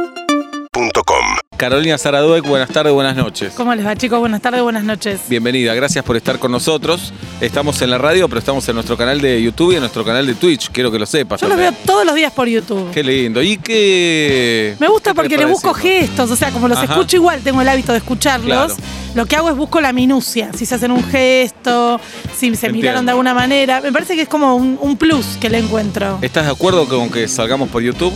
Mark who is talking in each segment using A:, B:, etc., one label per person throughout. A: UrbanaPlayFM.com
B: Carolina Zaraduec, buenas tardes, buenas noches.
C: ¿Cómo les va, chicos? Buenas tardes, buenas noches.
B: Bienvenida, gracias por estar con nosotros. Estamos en la radio, pero estamos en nuestro canal de YouTube y en nuestro canal de Twitch, quiero que lo sepas.
C: Yo los veo
B: Andrea.
C: todos los días por YouTube.
B: Qué lindo. ¿Y qué?
C: Me gusta
B: qué
C: porque
B: tenés
C: le
B: para
C: busco
B: decirnos?
C: gestos, o sea, como los
B: Ajá.
C: escucho igual, tengo el hábito de escucharlos.
B: Claro.
C: Lo que hago es busco la minucia, si se hacen un gesto, si se
B: Entiendo.
C: miraron de alguna manera. Me parece que es como un, un plus que le encuentro.
B: ¿Estás de acuerdo con que salgamos por YouTube?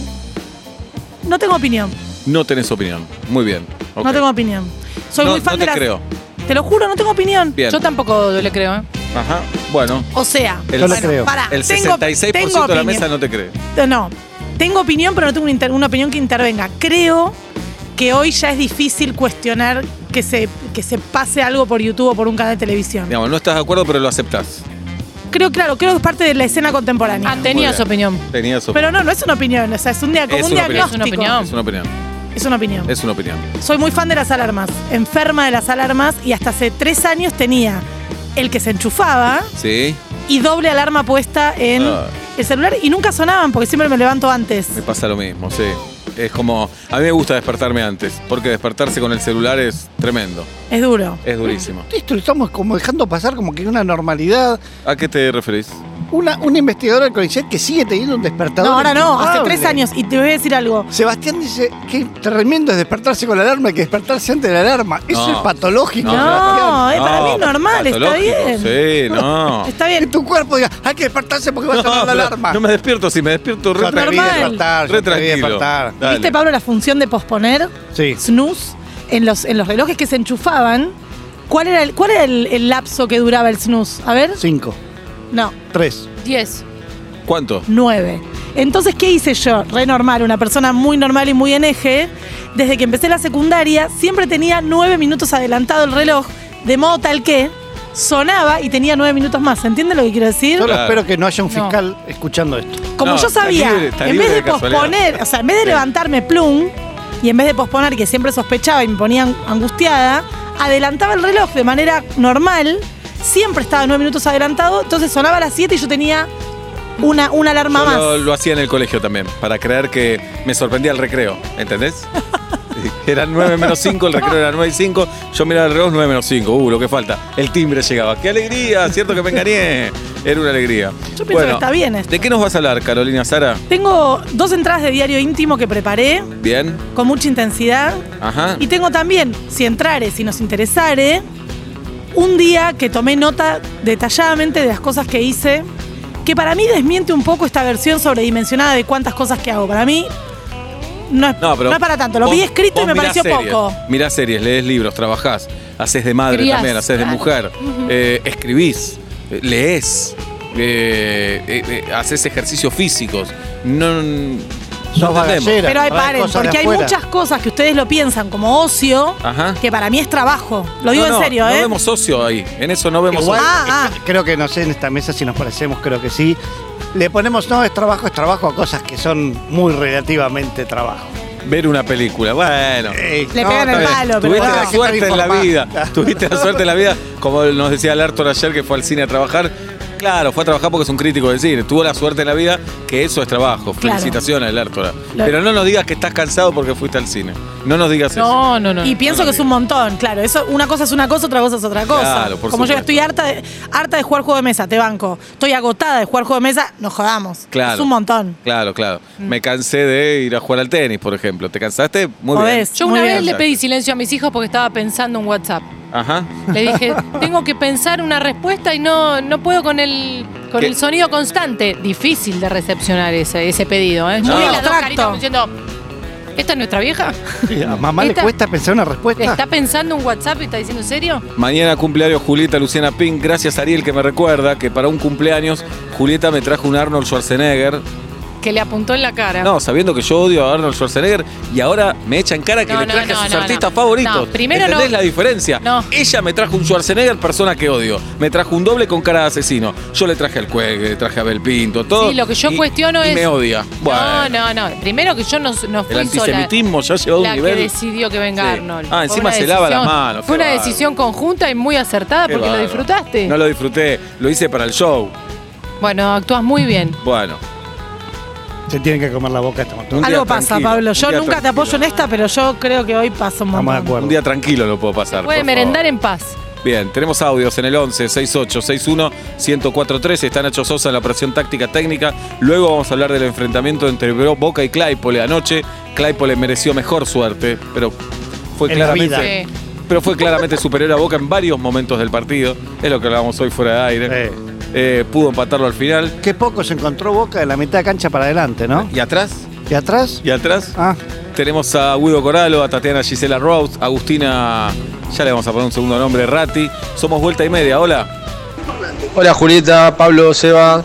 C: No tengo opinión,
B: No tenés opinión. Muy bien. ok.
C: no tengo opinión. Soy
B: No-
C: muy fan
B: no
C: de
B: te
C: las-
B: creo.
C: Te lo juro, no tengo opinión.
B: Bien.
D: Yo tampoco le creo, ¿eh?
B: Ajá. Bueno,
C: O sea,
B: El-
E: Yo la creo.
C: pará,
B: el
C: Ah, tengo-
B: 66%
C: tengo
B: de la
C: opinión.
B: mesa no te cree.
C: No, tengo opinión, pero no tengo una, inter- una opinión que intervenga. Creo que hoy ya es difícil cuestionar que se, que se pase algo por YouTube o por un canal de televisión.
B: Digamos, no estás de acuerdo, pero lo aceptás.
C: Creo, claro, creo que es parte de la escena contemporánea.
D: Ah, tenías
B: Muy
D: opinión.
B: Tenías opinión.
C: pero no, no es una opinión, o sea, es un, dia- como
B: Es
C: un
B: una opinión.
C: diagnóstico.
D: Es una opinión.
B: Es una opinión.
C: Es una opinión.
B: Es una opinión.
C: Soy muy fan de las alarmas, enferma de las alarmas y hasta hace tres años tenía el que se enchufaba
B: Sí,
C: y doble alarma puesta en
B: Ah.
C: el celular y nunca sonaban porque siempre me levanto antes.
B: me pasa lo mismo, sí. Es como, a mí me gusta despertarme antes, porque despertarse con el celular es tremendo,
C: Es duro.
B: es durísimo.
E: Esto lo estamos como dejando pasar como que una normalidad.
B: ¿A qué te referís?
E: Una, una investigadora del CONICET que sigue teniendo un despertador.
C: No, ahora no, hace
E: inmutable.
C: tres años. Y te voy a decir algo.
E: Sebastián dice que tremendo es despertarse con la alarma y que despertarse antes de la alarma. Eso
B: No.
E: es
C: No,
E: patológico. Sebastián.
C: eh, para mí es normal, está
B: patológico,
C: bien.
B: Sí, no.
C: Está
E: Que
C: bien.
E: tu cuerpo diga, hay que despertarse porque va a sonar la
B: pero
E: alarma.
B: no me despierto, si me despierto re
E: Yo te vi
B: tranquilo.
C: normal.
E: despertar, yo
B: Re
E: te vi
B: tranquilo.
E: despertar.
B: Dale.
C: ¿Viste, Pablo, la función de posponer?
E: Sí.
C: Snooze. En los, en los relojes que se enchufaban, ¿cuál era el, cuál era el, el lapso que duraba el snooze? A ver.
E: Cinco,
C: No,
E: tres.
D: Diez.
B: ¿Cuánto?
C: nueve. Entonces, ¿qué hice yo? Re normal, una persona muy normal y muy en eje. Desde que empecé la secundaria, siempre tenía nueve minutos adelantado el reloj, de modo tal que sonaba y tenía nueve minutos más. ¿Entienden lo que quiero decir?
E: Solo
B: Claro.
E: espero que no haya un
D: No.
E: fiscal escuchando esto.
C: Como
B: No,
C: yo
B: está
C: sabía,
B: libre, está
C: en
B: libre
C: vez de,
B: de casualidad.
C: posponer, o sea, en vez de
B: Sí.
C: levantarme plum y en vez de posponer, que siempre sospechaba y me ponía ang- angustiada, adelantaba el reloj de manera normal, siempre estaba nueve minutos adelantado, entonces sonaba a las 7 y yo tenía una, una
B: Yo
C: alarma
B: lo,
C: más.
B: lo hacía en el colegio también, para creer que me sorprendía el recreo, ¿entendés? Eran 9 menos 5, el recreo era 9 y 5, yo miraba el reloj 9 menos 5, uh, lo que falta. El timbre llegaba, ¡qué alegría! Cierto que me engañé, era una alegría.
C: Yo pienso que está bien esto.
B: ¿De qué nos vas a hablar, Carolina Sara?
C: Tengo dos entradas de diario íntimo que preparé
B: ¿Bien?
C: con mucha intensidad.
B: Ajá.
C: Y tengo también, si entrare, si nos interesare, un día que tomé nota detalladamente de las cosas que hice, que para mí desmiente un poco esta versión sobredimensionada de cuántas cosas que hago. Para mí no es,
B: No, pero
C: no es para tanto. Lo
B: vos-
C: vi escrito y
B: vos
C: me
B: mirás
C: pareció
B: series,
C: poco.
B: Mirás series, lees libros, trabajás, haces de madre
D: Criás.
B: también, haces de
D: Ah.
B: mujer, eh, escribís, eh, lees, eh, eh, eh, haces ejercicios físicos. No, no
E: Sos
B: entendemos.
E: bagallera.
C: Pero hay
E: traes
C: paren,
E: cosas de
C: porque hay
E: afuera.
C: muchas cosas que ustedes lo piensan como ocio,
B: Ajá.
C: que para mí es trabajo. Lo digo
B: No, no,
C: en serio,
B: No
C: ¿eh?
B: vemos socio ahí, en eso no vemos
E: Igual,
B: socio.
C: Ah,
E: eh, creo que no sé en esta mesa si nos parecemos, creo que sí. Le ponemos, no, es trabajo, es trabajo a cosas que son muy relativamente trabajo.
B: Ver una película, bueno.
E: Eh,
C: Le pegan
E: está
C: el
E: bien.
C: palo, pero
B: Tuviste
C: no.
B: la suerte en la
E: Hay que estar
B: vida.
E: informado.
B: Tuviste la suerte en la vida, como nos decía Alertor ayer que fue al cine a trabajar. Claro, fue a trabajar porque es un crítico de cine. Tuvo la suerte en la vida que eso es trabajo.
C: Claro.
B: Felicitaciones, Alertora.
C: Lo-
B: Pero no nos digas que estás cansado porque fuiste al cine. No nos digas eso.
D: No, no, no.
C: Y pienso
B: no,
C: que es un montón, claro. Eso, una cosa es una cosa, otra cosa es otra cosa.
B: Claro, por
C: Como yo
B: supuesto.
C: estoy harta de, harta de jugar juego de mesa, te banco. Estoy agotada de jugar juego de mesa, nos jodamos.
B: Claro.
C: Es un montón. Mm.
B: Claro, claro. Me cansé de ir a jugar al tenis, por ejemplo. ¿Te cansaste? Muy
C: Podés.
B: bien.
D: Yo una
C: Muy
D: vez
C: bien.
D: le pedí silencio a mis hijos porque estaba pensando en WhatsApp.
B: Ajá.
D: Le dije, tengo que pensar una respuesta y no, no puedo con el, con
B: ¿Qué?
D: el sonido constante. Difícil de recepcionar ese, ese pedido, ¿eh? Yo
B: No.
D: vi las dos
C: Abstracto.
D: caritas como diciendo, ¿esta es nuestra vieja?
E: A mamá
D: Esta-
E: le cuesta pensar una respuesta.
D: ¿Está pensando en WhatsApp y está diciendo en serio?
B: Mañana cumpleaños Julieta Luciana Pink. Gracias Ariel que me recuerda que para un cumpleaños Julieta me trajo un Arnold Schwarzenegger.
D: Que le apuntó en la cara.
B: No, sabiendo que yo odio a Arnold Schwarzenegger y ahora me echan cara que
D: No,
B: le
D: no,
B: traje a
D: no,
B: sus
D: no,
B: artistas
D: no.
B: favoritos.
D: No, primero
B: ¿Entendés
D: no.
B: la diferencia?
D: No.
B: Ella me trajo un Schwarzenegger, persona que odio. Me trajo un doble con cara de asesino. Yo le traje al Cuegue, le traje a Bel Pinto, todo.
D: Sí, lo que yo
B: Y-
D: cuestiono
B: y
D: es-
B: me odia. Bueno,
D: No, no, no. Primero que yo no, no fui
B: El
D: sola.
B: antisemitismo ya llegó a un
D: la
B: nivel.
D: que decidió que venga
B: Sí.
D: Arnold.
B: Ah,
D: Fue
B: encima
D: una
B: se lava las
D: decisión-
B: manos,
D: Fue
B: qué
D: una
B: bárbaro.
D: decisión conjunta y muy acertada
B: Qué
D: porque lo
B: bárbaro.
D: disfrutaste.
B: No lo disfruté, lo hice para el show.
D: Bueno, actúas muy bien.
B: Bueno,
E: Se tienen que comer la boca esta montón.
B: Un día
C: Algo pasa,
B: tranquilo,
C: Pablo.
B: un
C: Yo
B: día
C: nunca te
B: tranquilo.
C: apoyo en esta, pero yo creo que hoy pasa un
E: Estamos de
C: montón.
E: acuerdo.
B: Un día tranquilo lo puedo pasar.
D: Puede
B: por
D: merendar
B: favor.
D: en paz.
B: Bien, tenemos audios en el 11 68 61 1043. Está Nacho Sosa en la operación táctica técnica. Luego vamos a hablar del enfrentamiento entre Boca y Claypole anoche. Claypole mereció mejor suerte, pero fue
E: En la
B: claramente.
E: vida.
D: Sí.
B: Pero fue claramente superior a Boca en varios momentos del partido. Es lo que hablábamos hoy fuera de aire.
E: Eh,
B: Eh, pudo empatarlo al final.
E: Qué poco se encontró Boca de la mitad de cancha para adelante, ¿no?
B: ¿Y atrás?
E: ¿Y atrás?
B: ¿Y atrás?
E: Ah,
B: Tenemos a Guido Coralo, a Tatiana Gisela Rose, Agustina, ya le vamos a poner un segundo nombre, Ratti. Somos vuelta y media, hola.
A: Hola Julieta, Pablo, Seba.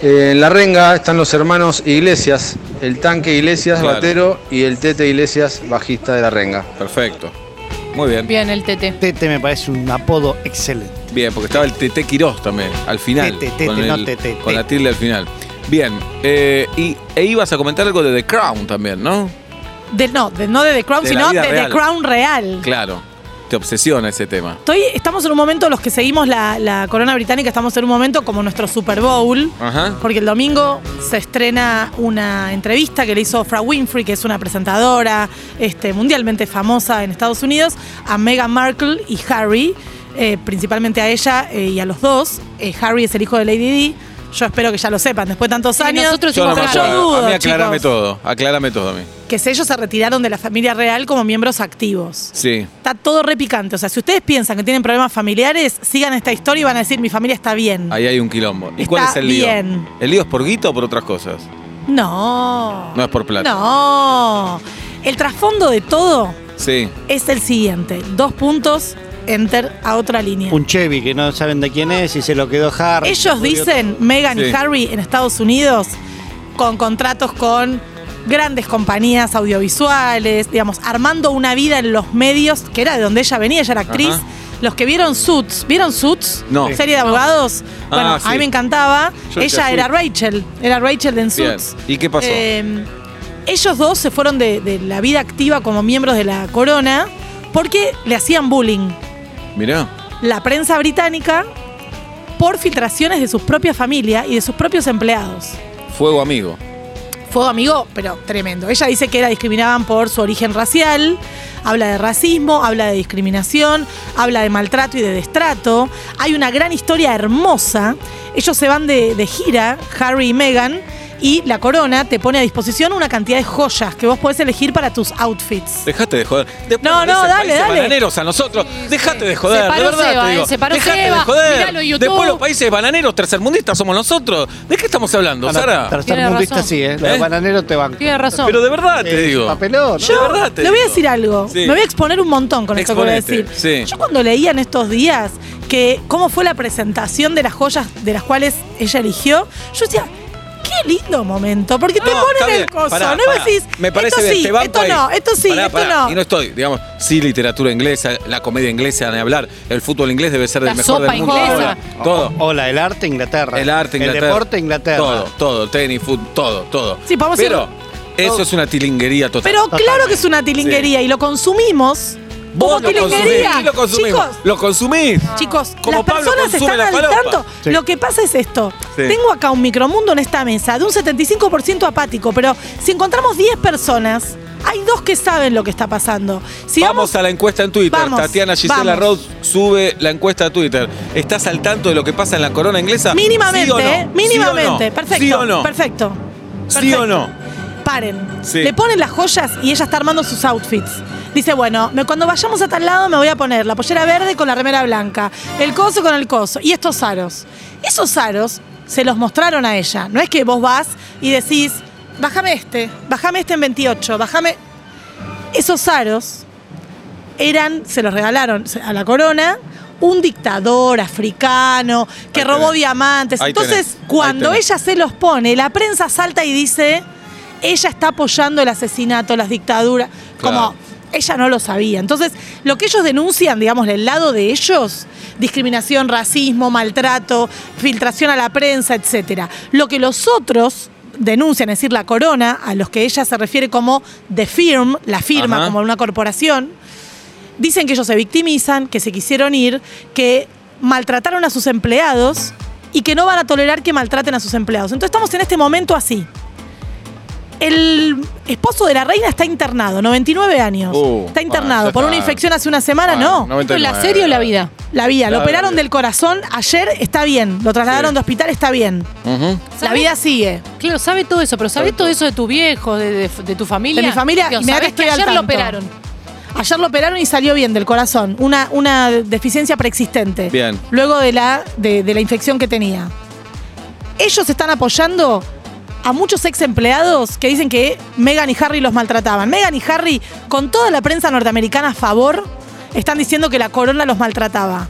A: Eh, en la renga están los hermanos Iglesias, el tanque Iglesias,
B: Claro.
A: batero, y el tete Iglesias, bajista de la renga.
B: Perfecto. Muy bien.
D: Bien, el tete.
E: Tete me parece un apodo excelente.
B: Bien, porque estaba el Tete Quirós también, al final.
E: Tete, Tete,
B: con
E: no Tete,
B: Con la
E: Tete.
B: tilde al final. Bien, eh, y, e ibas a comentar algo de The Crown también, ¿no?
C: De- no, de- no de The Crown,
B: De la
C: sino de
B: vida
C: The
B: real.
C: Crown real.
B: Claro, te obsesiona ese tema.
C: Estoy, estamos en un momento, los que seguimos la, la corona británica, estamos en un momento como nuestro Super Bowl.
B: Ajá.
C: Porque el domingo se estrena una entrevista que le hizo Fra Winfrey, que es una presentadora este, mundialmente famosa en Estados Unidos, a Meghan Markle y Harry, eh, principalmente a ella eh, y a los dos. Eh, Harry es el hijo de Lady D. Yo espero que ya lo sepan. Después de tantos
D: Sí,
C: años,
D: nosotros
B: Yo no me
D: Pero
C: yo
B: acuerdo.
C: dudo,
B: a mí aclárame
C: chicos,
B: todo, aclárame todo a mí.
C: que ellos se retiraron de la familia real como miembros activos.
B: Sí,
C: Está todo repicante. O sea, si ustedes piensan que tienen problemas familiares, sigan esta historia y van a decir, mi familia está bien.
B: ahí hay un quilombo. ¿Y cuál
C: Está
B: es el lío?
C: bien.
B: ¿El lío es por guita o por otras cosas?
C: No.
B: No es por plata.
C: No. El trasfondo de todo
B: Sí.
C: es el siguiente. Dos puntos, enter a otra línea.
E: Un Chevy que no saben de quién es y se lo quedó Harry.
C: Ellos dicen, Meghan
B: Sí.
C: y Harry, en Estados Unidos, con contratos con grandes compañías audiovisuales, digamos, armando una vida en los medios, que era de donde ella venía, ella era actriz.
B: Ajá.
C: Los que vieron Suits, ¿vieron Suits?
B: No.
C: Serie de abogados.
B: Ah,
C: bueno, a
B: sí.
C: mí me encantaba.
B: Yo ya
C: ella
B: fui.
C: era Rachel, era Rachel en
B: Bien.
C: Suits.
B: ¿Y qué pasó?
C: Eh, ellos dos se fueron de, de la vida activa como miembros de la corona porque le hacían bullying
B: Mirá.
C: la prensa británica por filtraciones de sus propia familia y de sus propios empleados.
B: Fuego amigo.
C: Fuego amigo, pero tremendo. Ella dice que la discriminaban por su origen racial, habla de racismo, habla de discriminación, habla de maltrato y de destrato. Hay una gran historia hermosa. Ellos se van de, de gira, Harry y Meghan, y la corona te pone a disposición una cantidad de joyas que vos podés elegir para tus outfits.
B: Dejate de joder. Después
C: No,
B: de
C: no,
B: ese
C: dale,
B: país de
C: dale.
B: bananeros a nosotros. Dejate de joder,
D: Se paró
B: de verdad
D: Seba,
B: te
D: eh,
B: digo.
D: se paró
B: Dejate de
D: Seba.
B: joder.
D: Miralo en YouTube.
B: Después los países bananeros tercermundistas somos nosotros. ¿De qué estamos hablando, Sara?
E: Tercer
D: Tiene
E: mundista
D: razón.
E: sí, ¿eh? Los
B: ¿Eh?
E: bananeros te van.
D: Tiene razón.
B: Pero de verdad te
E: Eh,
B: digo.
E: Papelón.
B: Yo-
E: ¿no?
B: De verdad te
C: le voy a
B: digo.
C: decir algo.
B: Sí.
C: Me voy a exponer un montón con esto que voy a
B: Exponete,
C: decir.
B: sí.
C: Yo cuando leía en estos días que cómo fue la presentación de las joyas de las cuales ella eligió, yo decía, qué lindo momento, porque te
B: No, está
C: ponen
B: bien.
C: el coso,
B: Pará,
C: ¿no?
B: pará.
C: Y decís,
B: Me parece
C: esto
B: bien,
C: sí,
B: te banco
C: esto
B: ahí.
C: no, esto sí,
B: Pará,
C: esto
B: pará.
C: no.
B: Y no estoy, digamos, sí, literatura inglesa, la comedia inglesa, ni hablar. El fútbol inglés debe ser
D: La
B: del mejor
D: sopa
B: del mundo.
D: inglesa.
B: ahora. Todo.
E: Hola, el arte Inglaterra.
B: El arte Inglaterra.
E: El deporte Inglaterra.
B: Todo, todo. Tenis, fútbol, todo, todo.
C: Sí, podemos ir-
B: Pero eso es una tilinguería total.
C: Pero claro que es una tilinguería y lo consumimos.
B: Vos
C: como
B: lo
C: tilinguería.
B: consumís, lo consumís.
C: Chicos,
B: Lo consumís.
C: Chicos,
B: Como
C: las
B: Pablo
C: personas
B: consume
C: están
B: la
C: al
B: falopa.
C: tanto.
E: Sí.
C: Lo que pasa es esto.
B: Sí.
C: Tengo acá un micromundo en esta mesa de un 75% apático, pero si encontramos 10 personas, hay dos que saben lo que está pasando. Si
B: vamos, a la encuesta en Twitter.
C: Vamos,
B: Tatiana Gisela
C: vamos.
B: Rhodes sube la encuesta a Twitter. ¿Estás al tanto de lo que pasa en la corona inglesa?
C: Mínimamente,
B: ¿Sí o no?
C: ¿eh? Mínimamente.
B: ¿Sí o no?
C: Perfecto.
B: ¿Sí o no?
C: Perfecto.
B: ¿Sí o no?
C: Paren.
B: Sí.
C: Le ponen las joyas y ella está armando sus outfits. Dice, bueno, me- cuando vayamos a tal lado me voy a poner la pollera verde con la remera blanca, el coso con el coso y estos aros. Esos aros se los mostraron a ella. No es que vos vas y decís, bájame este, bájame este en 28, bájame... Esos aros eran, se los regalaron a la corona, un dictador africano que
B: Ahí
C: robó
B: tenés.
C: diamantes.
B: Ahí
C: Entonces,
B: tenés. Ahí
C: cuando
B: tenés.
C: ella se los pone, la prensa salta y dice, ella está apoyando el asesinato, las dictaduras,
B: Claro.
C: como ella no lo sabía. Entonces, lo que ellos denuncian, digamos, del lado de ellos, discriminación, racismo, maltrato, filtración a la prensa, etcétera. Lo que los otros denuncian, es decir, la corona, a los que ella se refiere como the firm, la firma,
B: Ajá.
C: como una corporación, Dicen que ellos se victimizan, que se quisieron ir, que maltrataron a sus empleados y que no van a tolerar que maltraten a sus empleados. Entonces estamos en este momento así. El esposo de la reina está internado, 99 años.
B: Uh,
C: está
B: bueno,
C: internado.
B: ya
C: por una
B: está. Ah,
C: infección hace una semana, no.
D: ¿Esto es la serie o la vida?
C: La vida, lo
B: Claro,
C: operaron
B: bien.
C: del corazón ayer, está bien. Lo trasladaron
B: Sí.
C: de hospital, está bien.
B: Ujú.
C: La
D: ¿Sabe?
C: vida sigue.
D: Claro, sabe todo eso, pero sabe todo eso de tu viejo, de, de- de tu familia.
C: De mi familia,
D: Digo,
C: y me da
D: sabés
C: que
D: que
C: estoy al
D: ayer lo
C: tanto.
D: operaron.
C: Ayer lo operaron y salió bien del corazón. Una, una deficiencia preexistente.
B: Bien.
C: Luego de la, de, de la infección que tenía. Ellos están apoyando a muchos ex empleados que dicen que Meghan y Harry los maltrataban. Meghan y Harry, con toda la prensa norteamericana a favor, están diciendo que la corona los maltrataba.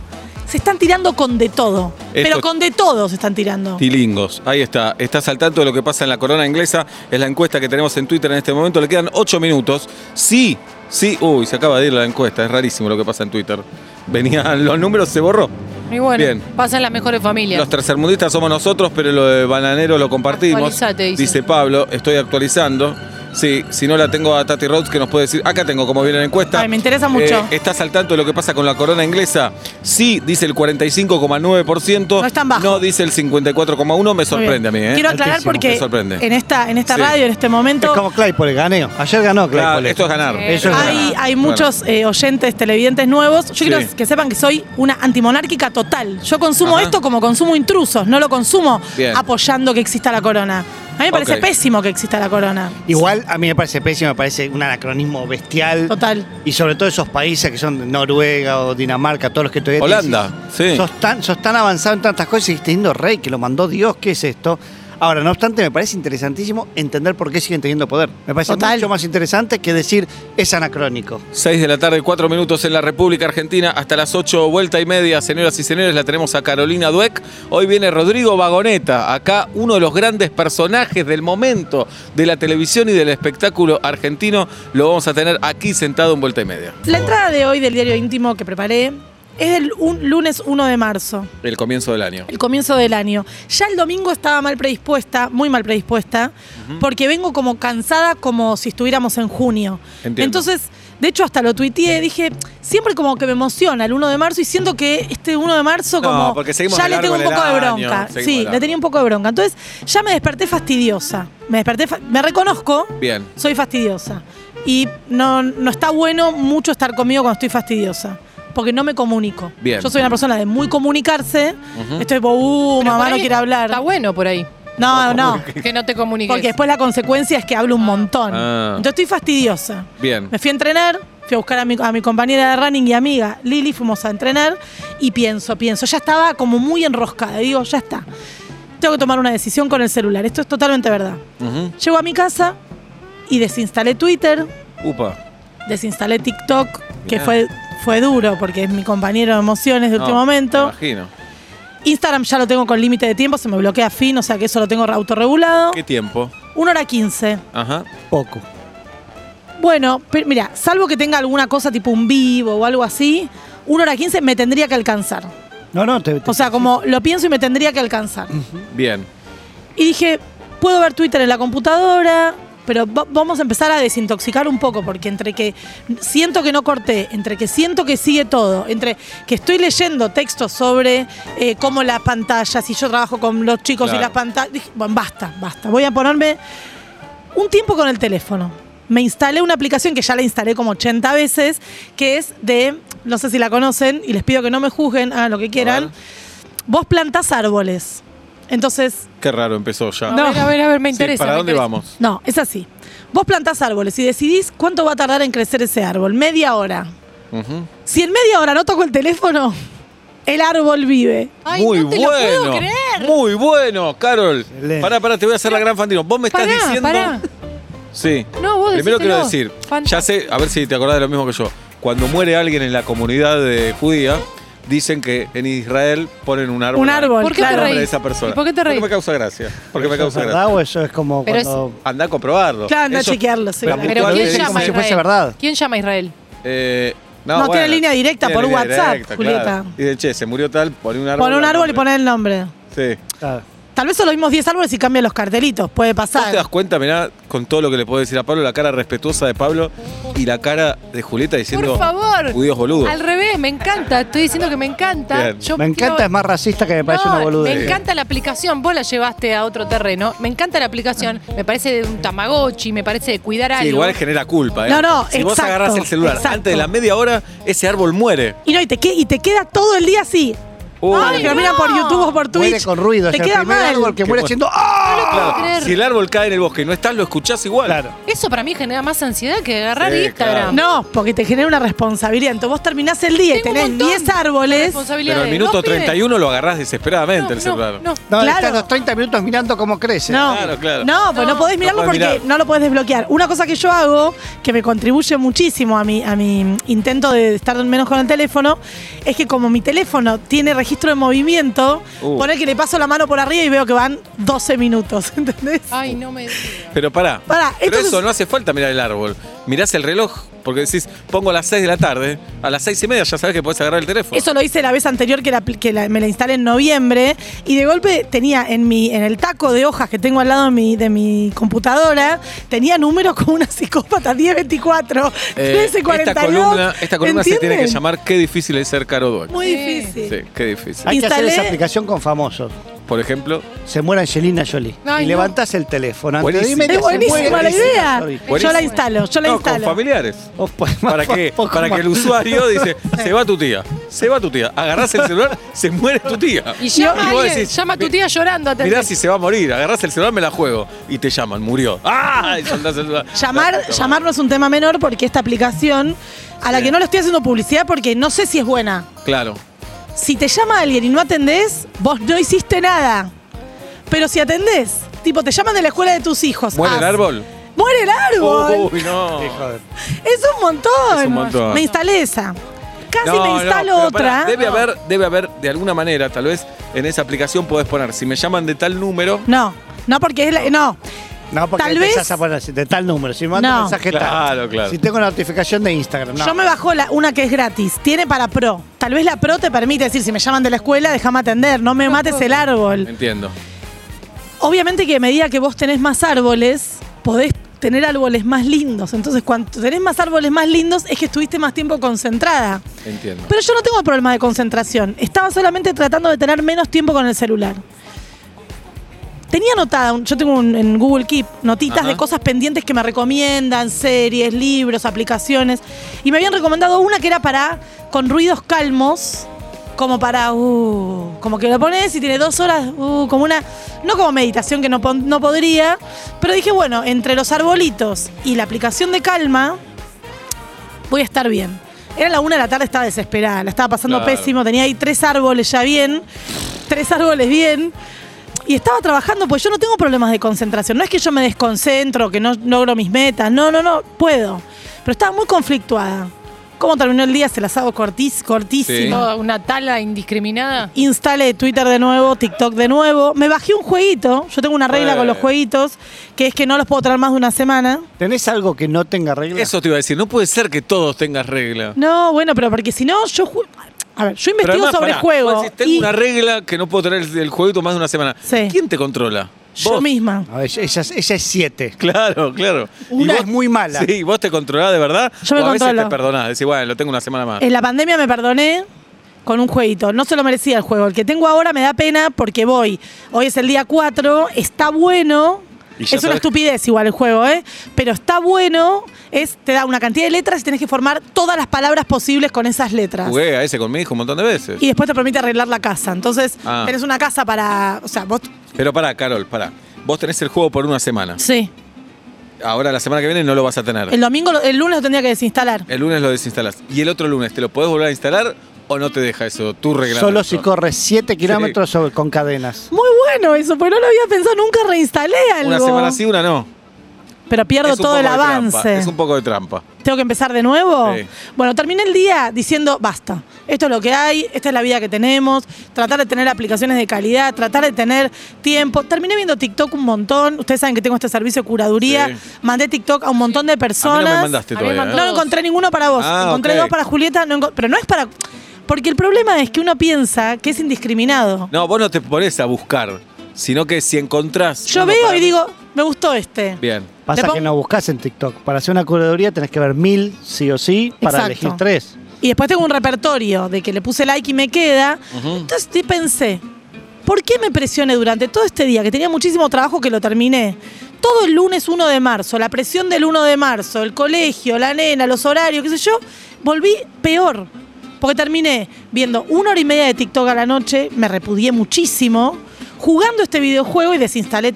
C: Se están tirando con de todo. Pero con de todo se están tirando.
B: Tilingos, ahí está. Estás al tanto de lo que pasa en la corona inglesa. Es la encuesta que tenemos en Twitter en este momento. Le quedan 8 minutos. Sí, sí. Uy, se acaba de ir la encuesta. Es rarísimo lo que pasa en Twitter. Venían los números, se borró.
D: Y bueno,
B: Bien.
D: pasan las mejores familias.
B: Los tercermundistas somos nosotros, pero lo de bananero lo compartimos.
D: Actualizate, dice.
B: Dice Pablo, estoy actualizando. Sí, si no la tengo a Tati Rhodes que nos puede decir, acá tengo como viene la encuesta. Eh,
C: Ay, me interesa mucho.
B: ¿Estás al tanto de lo que pasa con la corona inglesa? Sí, dice el 45,9%.
C: No es tan bajo.
B: No dice el 54,1%, me sorprende a mí. ¿eh?
C: Quiero aclarar
E: Altísimo.
C: porque
B: Me sorprende.
C: en esta, en esta
B: Sí.
C: radio, en este momento.
E: Es como Claypole, ganeo. Ayer ganó Claypole.
B: Claro, Eh, esto es ganar.
D: Eso es
C: Hay, hay muchos eh, oyentes televidentes nuevos. Yo
B: Sí.
C: quiero que sepan que soy una antimonárquica total. Yo consumo
B: Ajá.
C: esto como consumo intrusos, no lo consumo
B: Bien.
C: apoyando que exista la corona. A mí me parece
B: Ok.
C: pésimo que exista la corona.
E: Igual a mí me parece pésimo, me parece un anacronismo bestial.
C: Total.
E: Y sobre todo esos países que son Noruega o Dinamarca, todos los que todavía... te
B: Holanda,
E: dicen,
B: sí.
E: Sos tan, sos tan avanzado en tantas cosas y teniendo rey que lo mandó Dios, ¿qué es esto? Ahora, no obstante, me parece interesantísimo entender por qué siguen teniendo poder. Me parece
C: Total.
E: mucho más interesante que decir es anacrónico.
B: 6 de la tarde, 4 minutos en la República Argentina, hasta las 8, vuelta y media, señoras y señores, la tenemos a Carolina Dueck. Hoy viene Rodrigo Vagoneta, acá uno de los grandes personajes del momento de la televisión y del espectáculo argentino. Lo vamos a tener aquí sentado en vuelta y media.
C: La entrada de hoy del diario íntimo que preparé es del un- lunes 1 de marzo.
B: El comienzo del año.
C: el comienzo del año. Ya el domingo estaba mal predispuesta, muy mal predispuesta, porque vengo como cansada como si estuviéramos en junio.
B: Entiendo.
C: Entonces, de hecho, hasta lo tuiteé, dije, siempre como que me emociona el 1 de marzo y siento que este 1 de marzo
B: No,
C: como
B: porque seguimos
C: ya
B: de
C: le tengo un
B: largo en
C: poco de
B: el año,
C: bronca.
B: seguimos de
C: Sí,
B: largo.
C: le tenía un poco de bronca. Entonces, ya me desperté fastidiosa. Me desperté, fa- me reconozco,
B: Bien.
C: soy fastidiosa. Y no, no está bueno mucho estar conmigo cuando estoy fastidiosa. Porque no me comunico.
B: Bien.
C: Yo soy una persona de muy comunicarse.
B: Ujú.
C: Estoy tipo, uh,
D: Pero por
C: mamá no
D: ahí
C: quiere hablar.
D: Está bueno por ahí,
C: No, no.
D: que no te comuniques.
C: Porque después la consecuencia es que hablo un montón.
B: Ah.
C: Entonces estoy fastidiosa.
B: Bien.
C: Me fui a entrenar, fui a buscar a mi, a mi compañera de running y amiga Lili, fuimos a entrenar y pienso, pienso. Ya estaba como muy enroscada. Digo, ya está. Tengo que tomar una decisión con el celular. Esto es totalmente verdad.
B: Ujú.
C: Llego a mi casa y desinstalé Twitter,
B: Upa.
C: desinstalé TikTok, que
B: Mirá.
C: fue, fue duro porque es mi compañero de emociones de último
B: No,
C: momento.
B: Me imagino.
C: Instagram ya lo tengo con límite de tiempo, se me bloquea fin, o sea que eso lo tengo autorregulado.
B: ¿Qué tiempo?
C: 1 hora 15.
B: Ajá.
E: Poco.
C: Bueno, pero mira, salvo que tenga alguna cosa tipo un vivo o algo así, 1 hora 15 me tendría que alcanzar.
E: No, no, te, te-
C: O sea, como lo pienso y me tendría que alcanzar.
B: Bien.
C: Y dije, puedo ver Twitter en la computadora, pero va- vamos a empezar a desintoxicar un poco, porque entre que siento que no corté, entre que siento que sigue todo, entre que estoy leyendo textos sobre eh, cómo las pantallas, si yo trabajo con los chicos y
B: Claro.
C: las pantallas, dije, bueno, basta, basta, voy a ponerme un tiempo con el teléfono. Me instalé una aplicación que ya la instalé como 80 veces, que es de, no sé si la conocen, y les pido que no me juzguen, hagan lo que
B: ver.
C: quieran. Vos plantás árboles. Entonces,
B: Qué raro empezó ya.
D: No, A ver, a ver, a ver, me
B: Sí,
D: interesa.
B: ¿Para
D: me
B: dónde
D: interesa.
B: vamos?
C: No, es así. Vos plantás árboles y decidís cuánto va a tardar en crecer ese árbol. Media hora.
B: Ujú.
C: Si en media hora no toco el teléfono, el árbol vive.
D: Ay,
B: muy
D: no te
B: bueno.
D: lo puedo creer.
B: Muy bueno, Carol.
E: Excelente.
B: Pará, pará, te voy a hacer la gran fandino. Vos me estás
D: Pará,
B: diciendo.
D: pará.
B: Sí.
D: No, vos
B: Primero quiero
D: decítelo.
B: decir,
D: Fantástico.
B: ya sé, a ver si te acordás de lo mismo que yo. Cuando muere alguien en la comunidad eh, judía, dicen que en Israel ponen un árbol.
C: Un árbol,
D: ¿Por qué
C: claro.
D: te
B: al nombre
D: reís?
B: de esa persona.
D: ¿Y por qué te reís?
B: Porque me causa gracia. Porque me
E: ¿eso es
B: causa
E: verdad
B: gracia.
E: o eso es como
D: Pero
E: cuando...
B: Andá a comprobarlo.
C: Claro, andá a
B: Ellos-
C: chequearlo, sí,
B: pero
C: claro.
E: Pero
D: Pero
E: ¿quién
D: ¿quién
E: dicen
D: llama
E: como
D: a
E: si
D: Israel?
E: fuese verdad.
D: ¿Quién llama a Israel?
B: Eh, no,
C: No,
B: bueno,
C: tiene línea directa por
B: línea
C: WhatsApp, Julieta.
B: claro. Y de che, se murió tal, poné un árbol.
C: Pon un árbol y
B: poné.
C: poner el nombre.
B: Sí.
E: Claro.
C: Tal vez solo vimos 10 árboles y cambian los cartelitos, puede
B: ¿Vos te das
C: pasar.
B: cuenta, mirá, con todo lo que le puedo decir a Pablo, la cara respetuosa de Pablo y la cara de Julieta diciendo.
D: Por favor.
B: Judíos boludos.
D: Al revés, me encanta. Estoy diciendo que me encanta.
B: Bien.
D: Yo
E: Me encanta,
D: quiero-
E: es más racista que me parece
D: No,
E: una boludez.
D: Me encanta la aplicación. Vos la llevaste a otro terreno. Me encanta la aplicación. Me parece de un tamagotchi, me parece de cuidar algo.
B: Sí, igual genera culpa, ¿eh?
C: No, no,
B: Si vos
C: exacto,
B: agarrás el celular
C: exacto.
B: antes de la media hora, ese árbol muere.
C: Y no, y te, que- y te queda todo el día así.
B: Uh,
C: Ay, pero
D: no.
C: mira por YouTube o por
E: Muere
C: Twitch.
E: con ruido,
C: Te
E: es el
C: queda
E: primer
C: mal.
E: árbol que
B: Qué
E: muere
B: bueno.
E: haciendo ¡Ah!
B: claro,
D: creer.
B: si el árbol cae en el bosque y no estás, lo escuchás igual.
E: Claro.
D: Eso para mí genera más ansiedad que agarrar
B: Sí, claro.
D: Instagram.
C: No, porque te genera una responsabilidad. Entonces vos terminás el día y
D: Tengo un
C: tenés
D: montón
C: 10
D: de
C: árboles.
B: Pero
D: responsabilidades.
B: el minuto
D: ¿Vos, pibe?
B: 31 lo agarrás
D: No,
B: desesperadamente el
D: no,
B: celular.
D: no.
E: No,
C: Claro.
E: estás los 30 minutos mirando cómo crece.
C: No,
B: Claro, claro.
C: no, pues no,
D: No,
C: podés
B: no
C: mirarlo
B: podés
C: porque
B: mirar.
C: no lo podés desbloquear. Una cosa que yo hago, que me contribuye muchísimo a mi, a mi intento de estar menos con el teléfono, es que como mi teléfono tiene registro de movimiento,
B: Uh.
C: poner que le paso la mano por arriba y veo que van 12 minutos, ¿entendés?
D: Ay, no me digas.
B: Pero pará.
C: Pará,
B: pero
C: entonces-
B: eso no hace falta mirar el árbol. Mirás el reloj, porque decís, pongo a las 6 de la tarde, a las 6 y media ya sabés que podés agarrar el teléfono.
C: Eso lo hice la vez anterior que, la- que la- me la instalé en noviembre y de golpe tenía en mi en el taco de hojas que tengo al lado de mi, de mi computadora, tenía números como una psicópata 1024,
B: Eh,
C: 1342.
B: esta columna, esta columna se tiene que
C: ¿entienden?
B: llamar Qué difícil es ser Caro Dueck.
C: Muy
D: Sí.
C: difícil.
B: Sí, qué difícil.
E: Hay que
C: Instalé-
E: hacer esa aplicación con famosos.
B: Por ejemplo,
E: Se muere Angelina Jolie.
D: Ay,
E: y
D: no.
E: levantás el teléfono. Antes de
B: Buenísimo.
E: media
C: Es
E: se
C: buenísima
E: muere
C: la
E: Angelina
C: idea.
E: Jolie.
C: Yo la
B: Buenísimo.
C: instalo, yo la
B: no, con
C: instalo.
B: familiares.
E: O pues,
B: ¿Para
E: más-
B: que,
E: poco
B: para que
E: más.
B: el usuario dice, se va tu tía, se va tu tía. Agarrás el celular, se muere tu tía.
D: Y llama,
B: Y
D: a
B: vos
D: alguien,
B: decís,
D: llama a tu tía llorando. atendé.
B: Mirá si se va a morir, agarrás el celular, me la juego. Y te llaman, murió. ¡Ah! Y soltás el celular.
C: Llamar,
B: Toma.
C: llamar no es un tema menor porque esta aplicación, a la que no le estoy haciendo publicidad porque no sé si es buena.
B: Claro.
C: Si te llama alguien y no atendés, vos no hiciste nada. Pero si atendés, tipo, te llaman de la escuela de tus hijos.
B: ¿Muere el
C: haz.
B: árbol?
C: ¡Muere el árbol!
B: Uy, no.
E: Joder.
C: Es un montón.
B: Es un montón.
C: Me instalé esa. Casi
B: No,
C: me
B: no,
C: instalo
B: pero
C: otra.
B: pará, debe haber, debe haber, de alguna manera, tal vez, en esa aplicación podés poner, si me llaman de tal número,
C: No, no porque es la, no.
E: No, porque
C: Tal
E: empezás
C: vez-
E: a poner así, de tal número. Si me mandas
C: No.
E: mensaje tal.
B: Claro, claro.
E: Si tengo notificación de Instagram. No.
C: Yo me bajo la, una que es gratis, tiene para pro. Tal vez la pro te permite decir, si me llaman de la escuela, déjame atender, no me mates el árbol.
B: entiendo.
C: Obviamente que a medida que vos tenés más árboles, podés tener árboles más lindos. Entonces, cuando tenés más árboles más lindos, es que estuviste más tiempo concentrada.
B: Entiendo.
C: Pero yo no tengo problema de concentración. Estaba solamente tratando de tener menos tiempo con el celular. Tenía anotada, un- yo tengo un- en Google Keep notitas
B: Ajá.
C: de cosas pendientes que me recomiendan, series, libros, aplicaciones. Y me habían recomendado una que era para, con ruidos calmos, como para, uh, como que lo pones y tiene dos horas, uh, como una, no como meditación que no, pon- no podría, pero dije, bueno, entre los arbolitos y la aplicación de calma, voy a estar bien. Era la una de la tarde, estaba desesperada, la estaba pasando
B: Claro.
C: pésimo, tenía ahí tres árboles ya bien, tres árboles bien. Y estaba trabajando, pues yo no tengo problemas de concentración. No es que yo me desconcentro, que no logro mis metas. No, no, no, puedo. Pero estaba muy conflictuada. ¿Cómo terminó el día? Se las hago cortis, cortísimo.
D: Toda una tala indiscriminada.
C: Instale Twitter de nuevo, TikTok de nuevo. Me bajé un jueguito. Yo tengo una regla
B: Eh.
C: con los jueguitos, que es que no los puedo traer más de una semana.
E: ¿Tenés algo que no tenga regla?
B: Eso te iba a decir, no puede ser que todos tengas regla.
C: No, bueno, pero porque si no, yo. ju- A ver, yo investigo sobre
B: pará,
C: juego.
B: vos decís, tengo
C: y
B: una regla que no puedo traer el, el jueguito más de una semana.
C: Sí.
B: ¿Quién te controla?
C: yo
B: Vos.
C: misma.
E: No, ella, ella es- ella es 7.
B: Claro, claro.
E: Una es muy mala.
B: Sí, vos te controlás de verdad.
C: Yo me
B: o a veces
C: controlo.
B: te perdonás, decís, bueno, lo tengo una semana más.
C: En la pandemia me perdoné con un jueguito. No se lo merecía el juego. El que tengo ahora me da pena porque voy. Hoy es el día 4, está bueno.
B: Y
C: Es
B: ya
C: una
B: sabes-
C: estupidez igual el juego, ¿eh? Pero está bueno, es, te da una cantidad de letras y tenés que formar todas las palabras posibles con esas letras.
B: Jugué a ese con mi hijo un montón de veces.
C: Y después te permite arreglar la casa. Entonces,
B: Ah.
C: tenés una casa para. O sea, vos.
B: Pero pará, Carol, pará. Vos tenés el juego por una semana.
C: Sí.
B: Ahora la semana que viene no lo vas a tener.
C: El domingo, lo- el lunes lo tendría que desinstalar.
B: El lunes lo desinstalás. ¿Y el otro lunes te lo podés volver a instalar o no te deja eso? Tú reglamento.
E: Solo si corres 7 kilómetros sobre- con cadenas.
C: Muy bueno eso, porque no lo había pensado, nunca reinstalé algo.
B: Una semana sí, una no.
C: Pero pierdo
B: Es un
C: todo el
B: poco de
C: avance.
B: trampa, Es un poco de trampa.
C: ¿Tengo que empezar de nuevo?
B: Sí.
C: Bueno, terminé el día diciendo, basta, esto es lo que hay, esta es la vida que tenemos, tratar de tener aplicaciones de calidad, tratar de tener tiempo. Terminé viendo TikTok un montón, ustedes saben que tengo este servicio de curaduría,
B: Sí.
C: mandé TikTok a un montón de
B: A mí
C: personas.
B: no me mandaste
D: A mí me
B: todavía.
D: mandó-
B: ¿eh?
C: No encontré ninguno para vos.
B: Ah,
C: encontré
B: ok.
C: dos para Julieta, no enco- pero no es para... Porque el problema es que uno piensa que es indiscriminado.
B: No, vos no te pones a buscar. sino que si encontrás.
C: Yo
B: uno
C: veo
B: para-
C: y digo, me gustó este.
B: Bien.
E: Pasa
C: Le pon-
E: que no buscas en TikTok. Para hacer una curaduría tenés que ver mil sí o sí para
C: Exacto.
E: elegir tres.
C: Y después tengo un repertorio de que le puse like y me queda. Entonces sí pensé, ¿por qué me presioné durante todo este día, que tenía muchísimo trabajo que lo terminé? Todo el lunes 1 de marzo, la presión del 1 de marzo, el colegio, la nena, los horarios, qué sé yo, volví peor. Porque terminé viendo una hora y media de TikTok a la noche, me repudié muchísimo, jugando este videojuego y desinstalé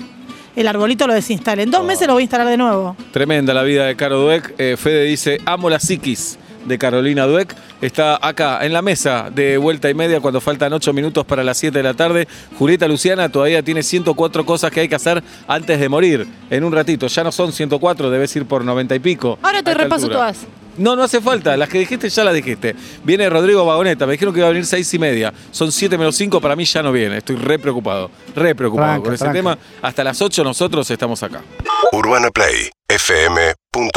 C: el arbolito, lo desinstalé. En dos meses lo voy a instalar de nuevo.
B: Tremenda la vida de Caro Dueck. Eh, Fede dice, amo la psiquis de Carolina Dueck. Está acá en la mesa de vuelta y media cuando faltan 8 minutos para las 7 de la tarde. Julieta Luciana todavía tiene 104 cosas que hay que hacer antes de morir. En un ratito, ya no son 104, debes ir por 90 y pico.
D: Ahora te
B: A esta
D: repaso
B: altura.
D: todas.
B: No, no hace falta. Las que dijiste ya las dijiste. Viene Rodrigo Vagoneta. Me dijeron que iba a venir seis y media. Son siete menos cinco. Para mí ya no viene. Estoy re preocupado. Re preocupado
E: Tranca,
B: con ese
E: tranca.
B: tema. Hasta las 8 nosotros estamos acá.
F: UrbanaPlayFM.com